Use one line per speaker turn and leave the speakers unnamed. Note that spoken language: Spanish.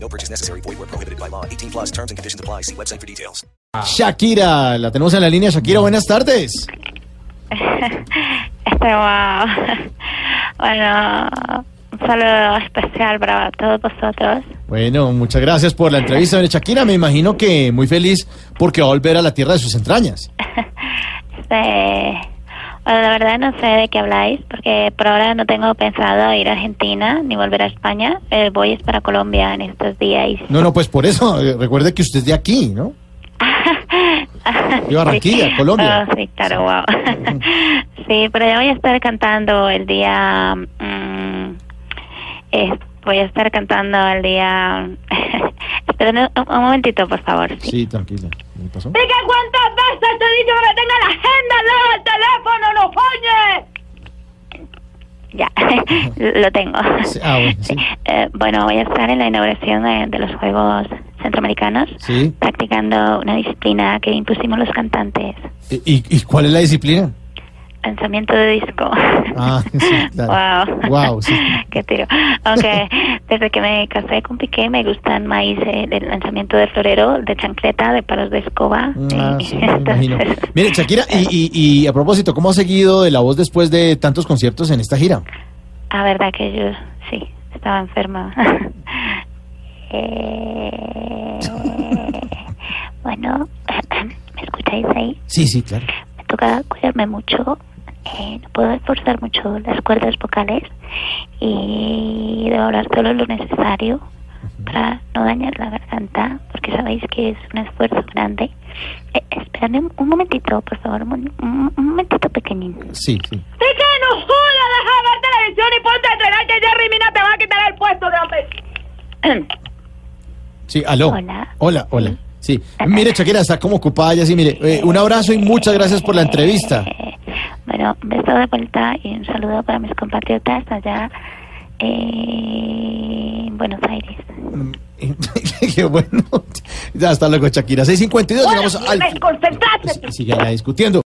No purchase necessary. Void where prohibited by law. 18 plus terms and conditions apply. See website for details.
Shakira, la tenemos en la línea. Shakira, buenas tardes.
Este, wow. Bueno, un saludo especial para todos vosotros.
Bueno, muchas gracias por la entrevista. Bueno, Shakira, me imagino que muy feliz porque va a volver a la tierra de sus entrañas.
Este, bueno, la verdad no sé de qué habláis, porque por ahora no tengo pensado ir a Argentina ni volver a España. Eh, voy es para Colombia en estos días.
No, no, pues por eso, eh, recuerde que usted es de aquí, ¿no?
Sí.
Barranquilla, Colombia.
Oh, sí, claro, wow. sí, pero yo voy a estar cantando el día. mm, eh, voy a estar cantando el día. Esperen un, un momentito, por favor. sí.
Sí, tranquila. ¿Qué pasó?
Dije cuántas veces te he dicho que tenga la agenda al lado del teléfono, no
Ya,
coñes.
lo tengo.
Sí, ah, bueno, sí.
Eh, bueno, voy a estar en la inauguración eh, de, los Juegos Centroamericanos
Sí.
practicando una disciplina que impusimos los cantantes,
¿Y, y- y cuál es la disciplina?
lanzamiento de disco.
Ah, sí, claro.
Wow.
Wow, sí.
Qué tiro. Aunque desde que me casé con Piqué me gustan más eh, el lanzamiento de florero, de chancleta, de palos de escoba.
Ah,
Y-
sí, me
entonces-
imagino. Mire, Shakira, y, y- y a propósito, ¿cómo ha seguido de la voz después de tantos conciertos en esta gira?
Ah, verdad que yo sí, estaba enferma. Eh, bueno, ¿me escucháis ahí?
Sí, sí, claro.
Me toca cuidarme mucho. eh, no puedo esforzar mucho las cuerdas vocales y debo hablar solo lo necesario para no dañar la garganta, porque sabéis que es un esfuerzo grande. Eh, esperadme un, un momentito, por favor, un, un- un momentito pequeñín.
Sí, sí.
Sí que no joda, deja de ver televisión y ponte a entrenar que Jerry Mina te va a quitar el puesto de hombre.
Eh,
Sí, aló.
Hola.
Hola, hola. Sí. Mire, Shakira, está como ocupada ya, sí, mire. eh, un abrazo y muchas gracias por la entrevista.
Bueno, un beso de vuelta y un saludo para mis compatriotas allá eh, en Buenos Aires.
Qué bueno. Ya hasta luego, Shakira. 652,
Hola,
llegamos al.
desconcentrate.
Sigue ya discutiendo.